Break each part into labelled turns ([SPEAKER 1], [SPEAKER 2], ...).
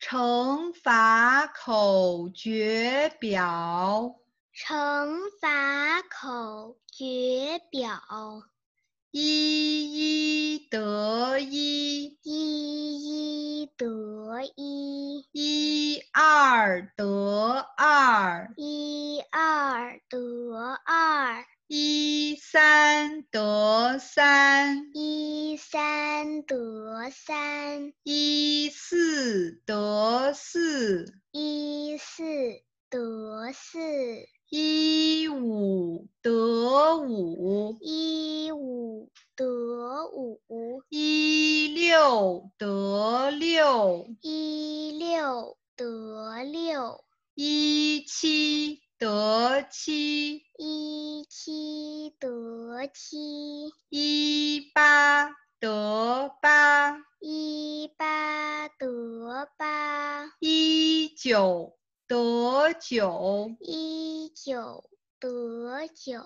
[SPEAKER 1] 乘法口诀表：
[SPEAKER 2] 乘法口诀表，
[SPEAKER 1] 一一得一，
[SPEAKER 2] 一一得一，
[SPEAKER 1] 一二得二，
[SPEAKER 2] 一二得二，
[SPEAKER 1] 一三得三，
[SPEAKER 2] 一三得三，
[SPEAKER 1] 一四得四，
[SPEAKER 2] 一四得四，
[SPEAKER 1] 一五得五，
[SPEAKER 2] 一五得五，
[SPEAKER 1] 一六得六，
[SPEAKER 2] 一六得六，
[SPEAKER 1] 一七得七，
[SPEAKER 2] 一七得七，
[SPEAKER 1] 一八得八，
[SPEAKER 2] 一八得八，
[SPEAKER 1] 一九得九，
[SPEAKER 2] 一九得九，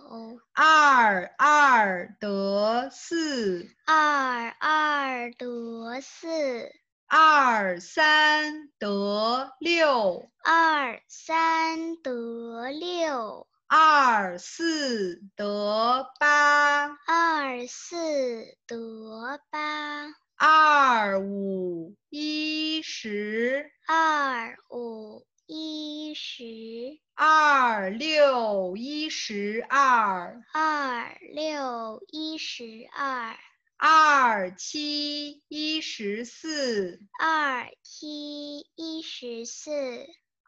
[SPEAKER 1] 二二得四，
[SPEAKER 2] 二二得四，
[SPEAKER 1] 二三得六，
[SPEAKER 2] 二三得六，
[SPEAKER 1] 二四得八，
[SPEAKER 2] 二四得八，
[SPEAKER 1] 二五一十，
[SPEAKER 2] 二五一十，
[SPEAKER 1] 二六一十二，
[SPEAKER 2] 二六一十二，
[SPEAKER 1] 二七一十四，
[SPEAKER 2] 二七一十四，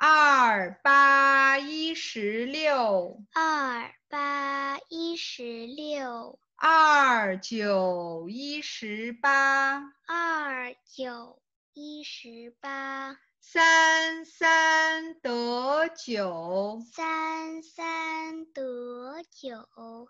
[SPEAKER 1] 二八一十六，
[SPEAKER 2] 二八一十六，
[SPEAKER 1] 二九一十八，
[SPEAKER 2] 二九一十八，
[SPEAKER 1] 三三得九，
[SPEAKER 2] 三三得九，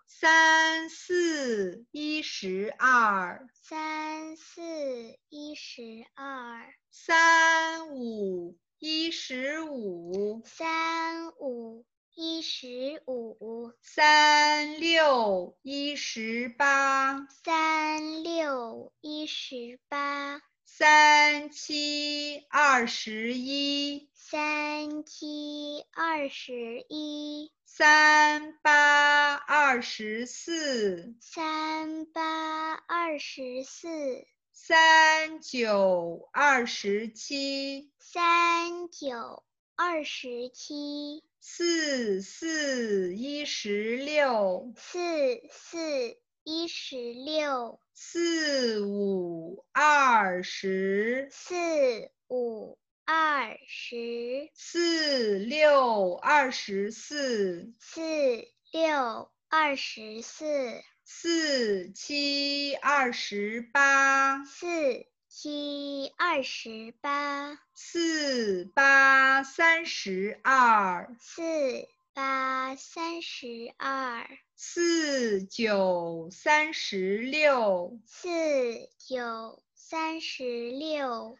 [SPEAKER 1] 三四一十二，
[SPEAKER 2] 三四一十二，
[SPEAKER 1] 三五一十五，
[SPEAKER 2] 三五一十五，
[SPEAKER 1] 三六一十八，
[SPEAKER 2] 三六一十八，
[SPEAKER 1] 三七二十一，
[SPEAKER 2] 三七二十一，
[SPEAKER 1] 三八二十四，
[SPEAKER 2] 三八二十四，
[SPEAKER 1] 三九二十七，
[SPEAKER 2] 三九二十七，
[SPEAKER 1] 四四一十六，
[SPEAKER 2] 四四一十六，
[SPEAKER 1] 四五二十，
[SPEAKER 2] 四五二十，
[SPEAKER 1] 四六二十四，
[SPEAKER 2] 四六二十四，
[SPEAKER 1] 四七二十八，
[SPEAKER 2] 四七二十八，
[SPEAKER 1] 四八三十二，
[SPEAKER 2] 四八三十二，
[SPEAKER 1] 四九三十六，
[SPEAKER 2] 四九三十六，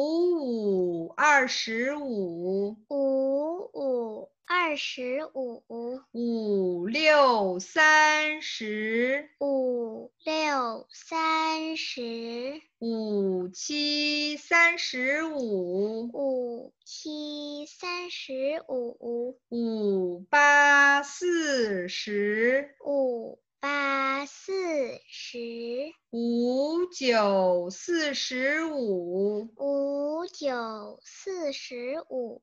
[SPEAKER 1] 五五二十五，
[SPEAKER 2] 五五二十五，
[SPEAKER 1] 五六三十，
[SPEAKER 2] 五六三十，
[SPEAKER 1] 五七三十五，
[SPEAKER 2] 五七三十五，
[SPEAKER 1] 五八四十，
[SPEAKER 2] 五八四十，
[SPEAKER 1] 五九四十五，
[SPEAKER 2] 五九四十五，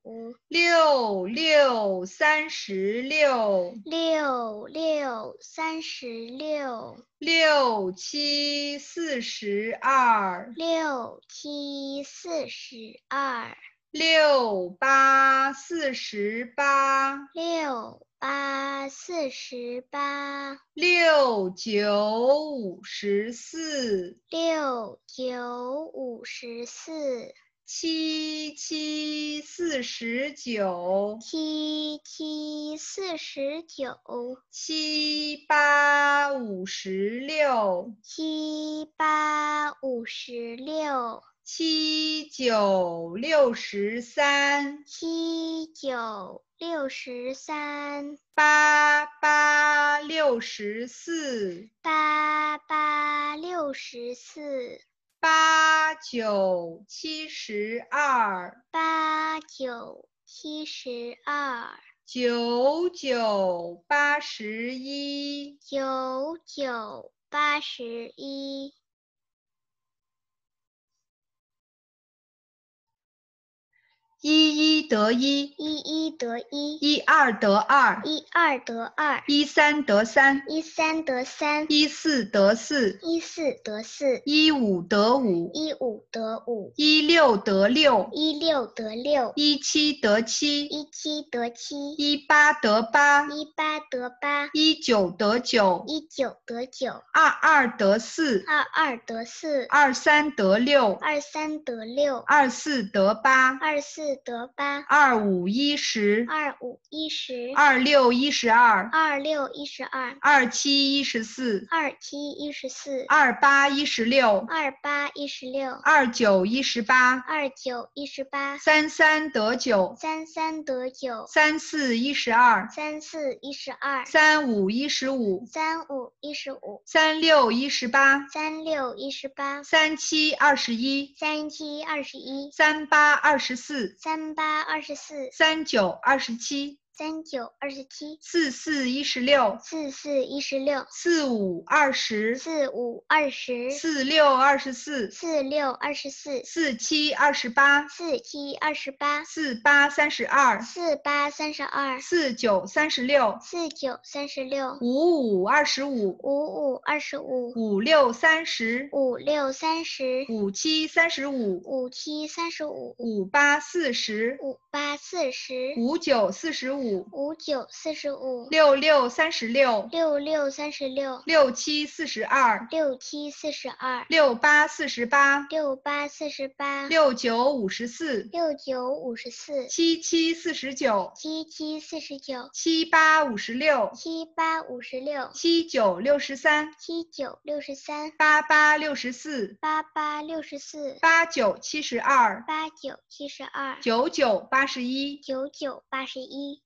[SPEAKER 1] 六六三十六，
[SPEAKER 2] 六六三十六，
[SPEAKER 1] 六七四十二，
[SPEAKER 2] 六七四十二，
[SPEAKER 1] 六八四十八，
[SPEAKER 2] 六八四十八，
[SPEAKER 1] 六九五十四，
[SPEAKER 2] 六九五十四，
[SPEAKER 1] 七七四十九，
[SPEAKER 2] 七七四十九，
[SPEAKER 1] 七八五十六，
[SPEAKER 2] 七八五十六，
[SPEAKER 1] 七九六十三，
[SPEAKER 2] 七九六十三，
[SPEAKER 1] 八八六十四，
[SPEAKER 2] 八八六十四，
[SPEAKER 1] 八九七十二，
[SPEAKER 2] 八九七十二，
[SPEAKER 1] 九九八十一，
[SPEAKER 2] 九九八十一，
[SPEAKER 1] 一一得一，
[SPEAKER 2] 一一得一，
[SPEAKER 1] 一二得二，
[SPEAKER 2] 一二得二，
[SPEAKER 1] 一三得三，
[SPEAKER 2] 一三得三，
[SPEAKER 1] 一四得四，
[SPEAKER 2] 一四得四，
[SPEAKER 1] 一五得五，
[SPEAKER 2] 一五得五，
[SPEAKER 1] 一六得六，
[SPEAKER 2] 一六得六，
[SPEAKER 1] 一七得七，
[SPEAKER 2] 一七得七，
[SPEAKER 1] 一八得八，
[SPEAKER 2] 一八得八，
[SPEAKER 1] 一九得九，
[SPEAKER 2] 一九得九，
[SPEAKER 1] 二二得四，
[SPEAKER 2] 二二得四，
[SPEAKER 1] 二三得六，
[SPEAKER 2] 二三得六，
[SPEAKER 1] 二四得八，
[SPEAKER 2] 二四得八，
[SPEAKER 1] 二五一十，
[SPEAKER 2] 二五一十，
[SPEAKER 1] 二六一十二，
[SPEAKER 2] 二六一十二，
[SPEAKER 1] 二七一十四，
[SPEAKER 2] 二七一十四，
[SPEAKER 1] 二八一十六，
[SPEAKER 2] 二八一十六，
[SPEAKER 1] 二九一十八，
[SPEAKER 2] 二九一十八，
[SPEAKER 1] 三三得九，
[SPEAKER 2] 三三得九，
[SPEAKER 1] 三四一十二，
[SPEAKER 2] 三四一十二，
[SPEAKER 1] 三五一十五，
[SPEAKER 2] 三五一十五，
[SPEAKER 1] 三六一十八，
[SPEAKER 2] 三六一十八，
[SPEAKER 1] 三七二十一，
[SPEAKER 2] 三七二十一，
[SPEAKER 1] 三八二十四，
[SPEAKER 2] 三八二十四，
[SPEAKER 1] 三九二十七，
[SPEAKER 2] 三九二十七，
[SPEAKER 1] 四四一十六，
[SPEAKER 2] 四四一十六，
[SPEAKER 1] 四五二十，
[SPEAKER 2] 四五二十，
[SPEAKER 1] 四六二十四，
[SPEAKER 2] 四六二十四，
[SPEAKER 1] 四七二十八，
[SPEAKER 2] 四七二十八，
[SPEAKER 1] 四八三十二，
[SPEAKER 2] 四八三十二，
[SPEAKER 1] 四九三十六，
[SPEAKER 2] 四九三十六，
[SPEAKER 1] 五五二十五，
[SPEAKER 2] 五五二十五，
[SPEAKER 1] 五六三十，
[SPEAKER 2] 五六三十，
[SPEAKER 1] 五七三十五，
[SPEAKER 2] 五七三十五，
[SPEAKER 1] 五八四十，
[SPEAKER 2] 五八四十，
[SPEAKER 1] 五九四十五，
[SPEAKER 2] 五九四十五，
[SPEAKER 1] 六六三十六，
[SPEAKER 2] 六六三十六，
[SPEAKER 1] 六七四十二，
[SPEAKER 2] 六七四十二，
[SPEAKER 1] 六八四十八，
[SPEAKER 2] 六八四十八，
[SPEAKER 1] 六九五十四，
[SPEAKER 2] 六九五十四，
[SPEAKER 1] 七七四十九，
[SPEAKER 2] 七七四十九，
[SPEAKER 1] 七八五十六，
[SPEAKER 2] 七八五十六，
[SPEAKER 1] 七九六十三，
[SPEAKER 2] 七九六十三，
[SPEAKER 1] 八八六十四，
[SPEAKER 2] 八八六十四，
[SPEAKER 1] 八九七十二，
[SPEAKER 2] 八九七十二，
[SPEAKER 1] 九九八十一。
[SPEAKER 2] 九九八十一。